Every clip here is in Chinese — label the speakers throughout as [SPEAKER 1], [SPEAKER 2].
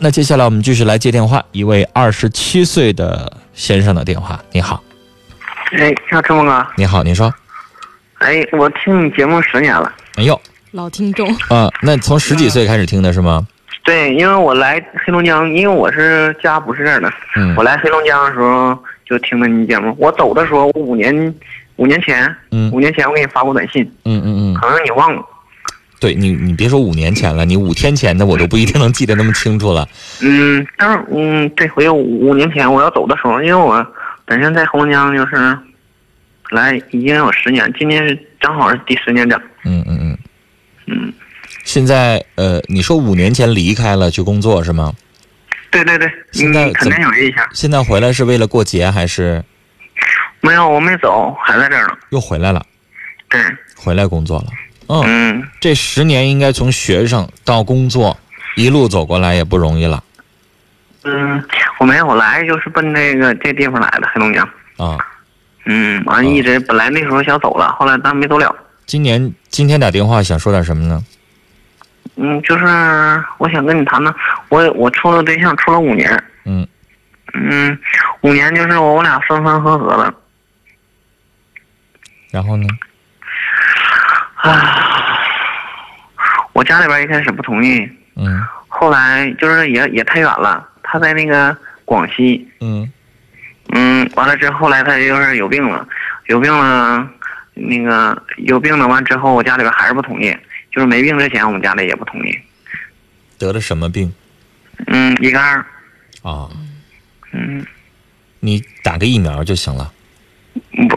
[SPEAKER 1] 那接下来我们继续来接电话，一位二十七岁的先生的电话。你好，
[SPEAKER 2] 哎，要这么啊？
[SPEAKER 1] 你好，您说，
[SPEAKER 2] 哎，我听你节目十年了。
[SPEAKER 1] 哎呦，
[SPEAKER 3] 老听众，
[SPEAKER 1] 啊、那从十几岁开始听的是吗？
[SPEAKER 2] 对，因为我来黑龙江，因为我是家不是这儿的，
[SPEAKER 1] 嗯
[SPEAKER 2] 我来黑龙江的时候就听了你节目。我走的时候，我五年五年前，
[SPEAKER 1] 嗯
[SPEAKER 2] 五年前我给你发过短信，
[SPEAKER 1] 嗯嗯嗯，
[SPEAKER 2] 可能你忘了。
[SPEAKER 1] 对你，你别说五年前了，你五天前的我都不一定能记得那么清楚了。
[SPEAKER 2] 嗯，但是嗯，对，我有五五年前我要走的时候，因为我本身在黑龙江就是来已经有十年，今年是正好是第十年整。
[SPEAKER 1] 嗯嗯嗯，
[SPEAKER 2] 嗯，
[SPEAKER 1] 现在呃，你说五年前离开了去工作是吗？
[SPEAKER 2] 对对对，嗯
[SPEAKER 1] 现在
[SPEAKER 2] 你肯定有印象。
[SPEAKER 1] 现在回来是为了过节还是
[SPEAKER 2] 没有，我没走，还在这儿呢。
[SPEAKER 1] 又回来了？
[SPEAKER 2] 对，
[SPEAKER 1] 回来工作了。嗯，
[SPEAKER 2] 嗯，
[SPEAKER 1] 这十年应该从学生到工作，一路走过来也不容易了
[SPEAKER 2] 嗯，我没有我来，就是奔这个这地方来的黑龙江。
[SPEAKER 1] 啊。
[SPEAKER 2] 嗯，完了
[SPEAKER 1] 哦
[SPEAKER 2] 一直、本来那时候想走了，后来但没走了。
[SPEAKER 1] 今年今天打电话想说点什么呢？
[SPEAKER 2] 嗯，就是我想跟你谈谈，我我处了对象处了五年。
[SPEAKER 1] 嗯。
[SPEAKER 2] 嗯，五年就是我我俩分分合合了。
[SPEAKER 1] 然后呢？
[SPEAKER 2] 啊，我家里边一开始不同意，
[SPEAKER 1] 嗯
[SPEAKER 2] 后来就是也也太远了，他在那个广西。
[SPEAKER 1] 嗯
[SPEAKER 2] 嗯，完了之后来他就是有病了，有病了，那个有病了，完之后我家里边还是不同意，就是没病之前我们家里也不同意。
[SPEAKER 1] 得了什么病
[SPEAKER 2] 嗯，乙肝儿，
[SPEAKER 1] 啊？
[SPEAKER 2] 嗯，
[SPEAKER 1] 你打个疫苗就行了。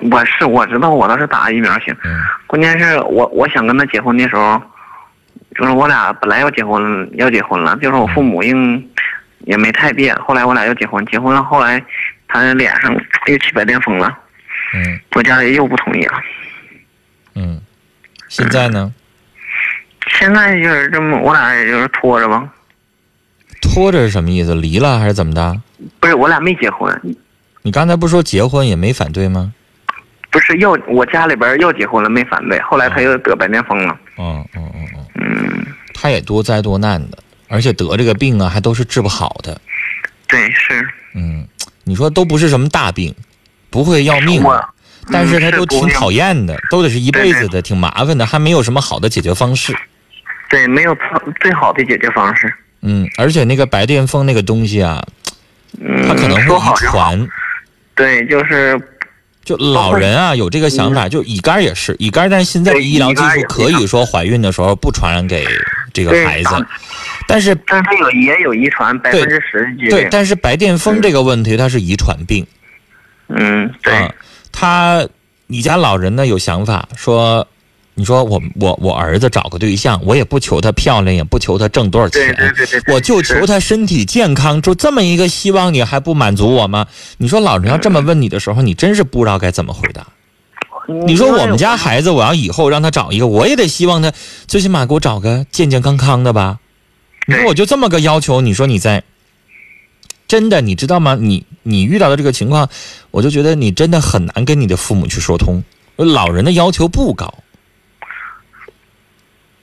[SPEAKER 2] 我我是我知道我倒是打疫苗行，
[SPEAKER 1] 嗯
[SPEAKER 2] 关键是我我想跟他结婚的时候，就是我俩本来要结婚要结婚了，就是我父母应也没太变，后来我俩要结婚，结婚后来他脸上又起白癜风了，
[SPEAKER 1] 嗯
[SPEAKER 2] 我家里又不同意了。
[SPEAKER 1] 嗯。现在呢？
[SPEAKER 2] 现在就是这么，我俩也就是拖着吧。
[SPEAKER 1] 拖着是什么意思？离了还是怎么的？
[SPEAKER 2] 不是，我俩没结婚，
[SPEAKER 1] 你刚才不是说结婚也没反对吗？
[SPEAKER 2] 不是要我家里边儿要结婚了没反对，后来他又得白癜风了。
[SPEAKER 1] 嗯嗯嗯嗯，
[SPEAKER 2] 嗯，
[SPEAKER 1] 他也多灾多难的，而且得这个病啊，还都是治不好的。
[SPEAKER 2] 对，是
[SPEAKER 1] 嗯，你说都不是什么大病，不会要命的，
[SPEAKER 2] 我，嗯
[SPEAKER 1] 但是他都
[SPEAKER 2] 是不
[SPEAKER 1] 挺
[SPEAKER 2] 会
[SPEAKER 1] 讨厌的，都得是一辈子
[SPEAKER 2] 对
[SPEAKER 1] 的，挺麻烦的，还没有什么好的解决方式。
[SPEAKER 2] 对，没有最好的解决方式。
[SPEAKER 1] 嗯，而且那个白癜风那个东西啊，
[SPEAKER 2] 嗯，
[SPEAKER 1] 它可能会
[SPEAKER 2] 说
[SPEAKER 1] 遗
[SPEAKER 2] 好就好。
[SPEAKER 1] 传。
[SPEAKER 2] 对，就是
[SPEAKER 1] 就老人啊，有这个想法，就乙肝也是乙肝，但是现在的
[SPEAKER 2] 对
[SPEAKER 1] 医疗技
[SPEAKER 2] 乙肝
[SPEAKER 1] 术
[SPEAKER 2] 也是
[SPEAKER 1] 可以说怀孕的时候不传染给这个
[SPEAKER 2] 对
[SPEAKER 1] 孩子
[SPEAKER 2] 当，
[SPEAKER 1] 但是
[SPEAKER 2] 但是他有也有遗传百分之十的几
[SPEAKER 1] 对
[SPEAKER 2] 率，。
[SPEAKER 1] 但是白癜风这个问题它是遗传病。
[SPEAKER 2] 嗯，对，
[SPEAKER 1] 啊，他你家老人呢有想法说，你说我我我儿子找个对象，我也不求他漂亮，也不求他挣多少
[SPEAKER 2] 对
[SPEAKER 1] 钱。
[SPEAKER 2] 对对对 对，
[SPEAKER 1] 我就是求他身体健康，就这么一个希望，你还不满足我吗？你说老人要这么问你的时候，你真是不知道该怎么回答。你说我们家孩子，我要以后让他找一个，我也得希望他最起码给我找个健健康康的吧。你说
[SPEAKER 2] 对
[SPEAKER 1] 我就这么个要求，你说你在真的，你知道吗？你你遇到的这个情况，我就觉得你真的很难跟你的父母去说通。老人的要求不高，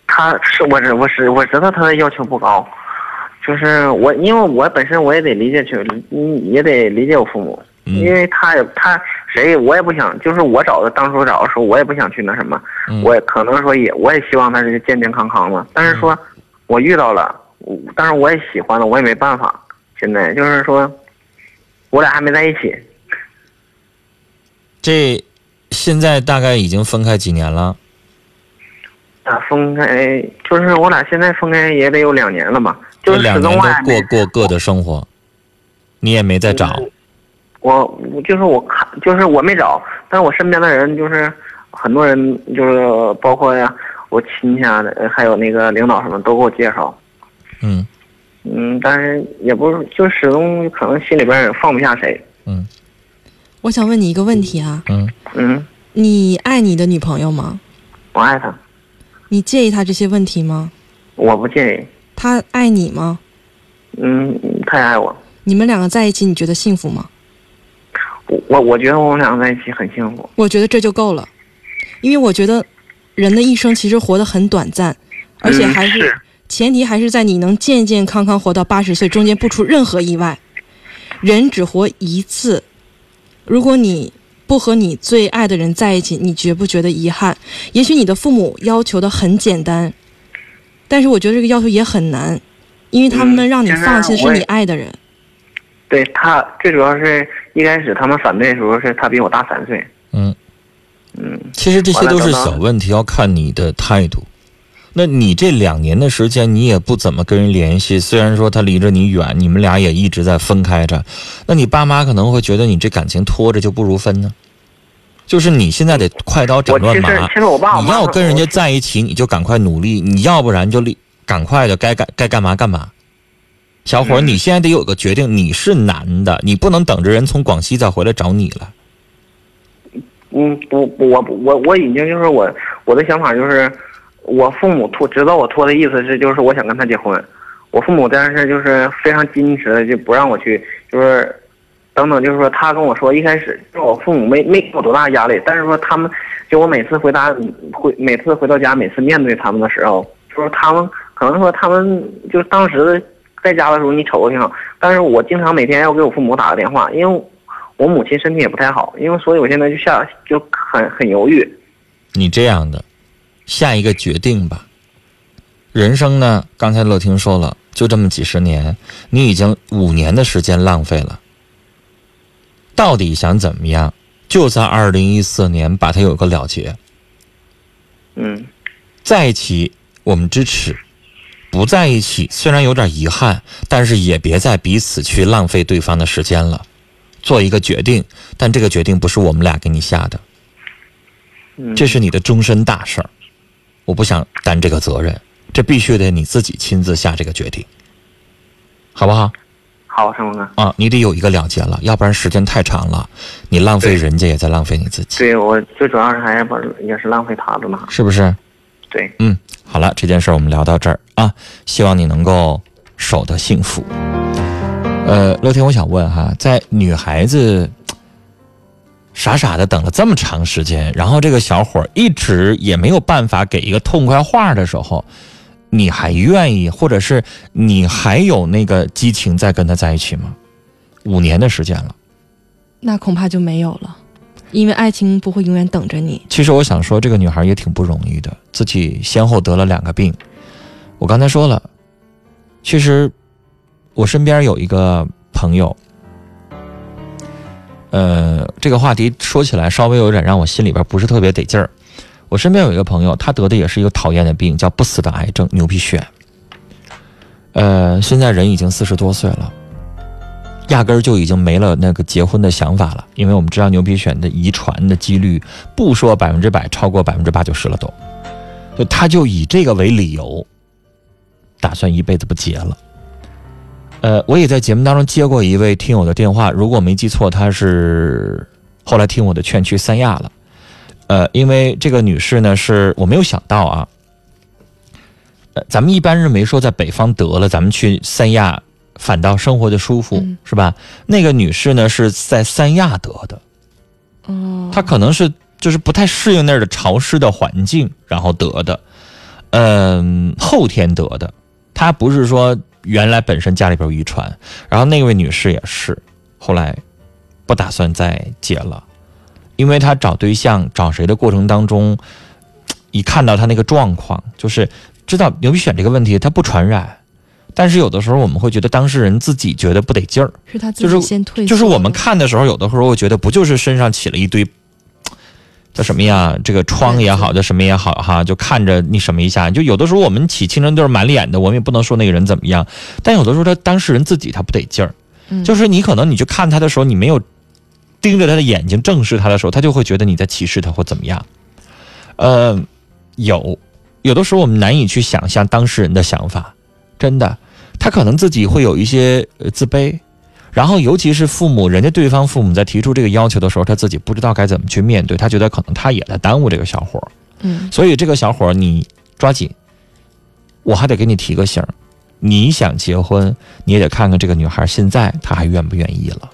[SPEAKER 2] 他是我知我知我知道他的要求不高，就是我因为我本身我也得理解去，嗯也得理解我父母，
[SPEAKER 1] 嗯
[SPEAKER 2] 因为他也他谁我也不想，就是我找的当初找的时候我也不想去那什么，
[SPEAKER 1] 嗯
[SPEAKER 2] 我也可能说也我也希望他是健健康康嘛，但是说
[SPEAKER 1] 嗯
[SPEAKER 2] 我遇到了，我当然我也喜欢了，我也没办法，现在就是说我俩还没在一起，
[SPEAKER 1] 这现在大概已经分开几年了，
[SPEAKER 2] 啊分开就是我俩现在分开也得有两年了吧，就
[SPEAKER 1] 这
[SPEAKER 2] 是
[SPEAKER 1] 两
[SPEAKER 2] 始
[SPEAKER 1] 年
[SPEAKER 2] 终
[SPEAKER 1] 都
[SPEAKER 2] 我俩没
[SPEAKER 1] 过过各的生活，你也没再找。
[SPEAKER 2] 我我就是我看，就是我没找，但是我身边的人就是很多人，就是包括呀，我亲戚啊，呃还有那个领导什么都给我介绍，
[SPEAKER 1] 嗯
[SPEAKER 2] 嗯，但是也不是，就始终可能心里边也放不下谁，
[SPEAKER 1] 嗯
[SPEAKER 3] 我想问你一个问题啊，
[SPEAKER 1] 嗯，
[SPEAKER 2] 嗯，
[SPEAKER 3] 你爱你的女朋友吗？
[SPEAKER 2] 我爱他，
[SPEAKER 3] 你介意她这些问题吗？
[SPEAKER 2] 我不介意，
[SPEAKER 3] 她爱你吗？
[SPEAKER 2] 嗯，他也爱我，
[SPEAKER 3] 你们两个在一起，你觉得幸福吗？
[SPEAKER 2] 我我我觉得我们俩在一起很幸福，
[SPEAKER 3] 我觉得这就够了，因为我觉得人的一生其实活得很短暂，而且还
[SPEAKER 2] 嗯
[SPEAKER 3] 是
[SPEAKER 2] 是
[SPEAKER 3] 前提还是在你能健健康康活到八十岁，中间不出任何意外。人只活一次，如果你不和你最爱的人在一起，你觉不觉得遗憾？也许你的父母要求的很简单，但是我觉得这个要求也很难，因为他们
[SPEAKER 2] 嗯
[SPEAKER 3] 让你
[SPEAKER 2] 其实
[SPEAKER 3] 放弃的是
[SPEAKER 2] 我也
[SPEAKER 3] 你爱的人。
[SPEAKER 2] 对他最主要是一开始他们反对的时候是他比我大三岁，
[SPEAKER 1] 嗯，
[SPEAKER 2] 嗯，
[SPEAKER 1] 其实这些都
[SPEAKER 2] 完
[SPEAKER 1] 是
[SPEAKER 2] 了等到
[SPEAKER 1] 小问题，要看你的态度。那你这两年的时间，你也不怎么跟人联系，虽然说他离着你远，你们俩也一直在分开着，那你爸妈可能会觉得你这感情拖着就不如分呢。就是你现在得快刀斩
[SPEAKER 2] 我
[SPEAKER 1] 乱
[SPEAKER 2] 其
[SPEAKER 1] 麻，
[SPEAKER 2] 实其实我爸我
[SPEAKER 1] 你
[SPEAKER 2] 妈
[SPEAKER 1] 要跟人家在一起，你就赶快努力；你要不然就立赶快的该干该干嘛干嘛。小
[SPEAKER 2] 嗯
[SPEAKER 1] 伙儿，你现在得有个决定，你是男的，你不能等着人从广西再回来找你了。
[SPEAKER 2] 嗯，不，不我我我已经就是我我的想法就是，我父母拖知道我拖的意思是就是我想跟他结婚，我父母但是就是非常矜持的就不让我去，就是等等就是说他跟我说一开始就是我父母没没给我多大压力，但是说他们就我每次回答回每次回到家每次面对他们的时候，就是他们可能说他们就是当时在家的时候你瞅着挺好，但是我经常每天要给我父母打个电话，因为。我母亲身体也不太好，因为所以我现在就下就很很犹豫。
[SPEAKER 1] 你这样的，下一个决定吧。人生呢，刚才乐听说了，就这么几十年，你已经五年的时间浪费了。到底想怎么样？就在二零一四年把它有个了结。
[SPEAKER 2] 嗯
[SPEAKER 1] 在一起我们支持，不在一起虽然有点遗憾，但是也别再彼此去浪费对方的时间了。做一个决定，但这个决定不是我们俩给你下的，
[SPEAKER 2] 嗯，
[SPEAKER 1] 这是你的终身大事儿。我不想担这个责任，这必须得你自己亲自下这个决定，好不好？
[SPEAKER 2] 好，成龙哥，
[SPEAKER 1] 啊，你得有一个了结了，要不然时间太长了，你浪费
[SPEAKER 2] 对
[SPEAKER 1] 人家也在浪费你自己，
[SPEAKER 2] 对我最主要是还是把也是浪费他的嘛。
[SPEAKER 1] 是不是？
[SPEAKER 2] 对，
[SPEAKER 1] 嗯，好了，这件事儿我们聊到这儿啊，希望你能够守得幸福。呃，乐天，我想问哈，在女孩子嘖傻傻的等了这么长时间，然后这个小伙儿一直也没有办法给一个痛快话的时候，你还愿意，或者是你还有那个激情再跟他在一起吗？五年的时间了。
[SPEAKER 3] 那恐怕就没有了，因为爱情不会永远等着你。
[SPEAKER 1] 其实我想说，这个女孩也挺不容易的，自己先后得了两个病。我刚才说了，其实我身边有一个朋友，呃，这个话题说起来稍微有点让我心里边不是特别得劲儿。我身边有一个朋友，他得的也是一个讨厌的病，叫不死的癌症——牛皮癣。呃，现在人已经四十多岁了，压根儿就已经没了那个结婚的想法了，因为我们知道牛皮癣的遗传的几率不说百分之百，超过百分之八九十了都。就他就以这个为理由，打算一辈子不结了。呃，我也在节目当中接过一位听友的电话，如果我没记错，她是后来听我的劝去三亚了。呃，因为这个女士呢，是我没有想到啊。呃，咱们一般是没说在北方得了，咱们去三亚反倒生活的舒服，
[SPEAKER 3] 嗯
[SPEAKER 1] 是吧？那个女士呢是在三亚得的，
[SPEAKER 3] 哦，
[SPEAKER 1] 他可能是就是不太适应那儿的潮湿的环境，然后得的，嗯，后天得的，他不是说原来本身家里边有遗传，然后那位女士也是，后来不打算再结了，因为她找对象找谁的过程当中，一看到她那个状况，就是知道牛皮癣这个问题它不传染，但是有的时候我们会觉得当事人自己觉得不得劲儿。
[SPEAKER 3] 是他自
[SPEAKER 1] 就是
[SPEAKER 3] 己先退缩了，
[SPEAKER 1] 就是我们看的时候，有的时候会觉得不就是身上起了一堆。叫什么呀？这个疮也好，叫什么也好，哈，就看着你什么一下，就有的时候我们起青春痘满脸的，我们也不能说那个人怎么样，但有的时候他当事人自己他不得劲儿，
[SPEAKER 3] 嗯
[SPEAKER 1] 就是你可能你去看他的时候，你没有盯着他的眼睛正视他的时候，他就会觉得你在歧视他或怎么样。呃，有有的时候我们难以去想象当事人的想法，真的，他可能自己会有一些呃自卑，然后尤其是父母，人家对方父母在提出这个要求的时候，他自己不知道该怎么去面对，他觉得可能他也在耽误这个小伙儿，
[SPEAKER 3] 嗯，
[SPEAKER 1] 所以这个小伙儿你抓紧，我还得给你提个醒儿，你想结婚，你也得看看这个女孩现在她还愿不愿意了。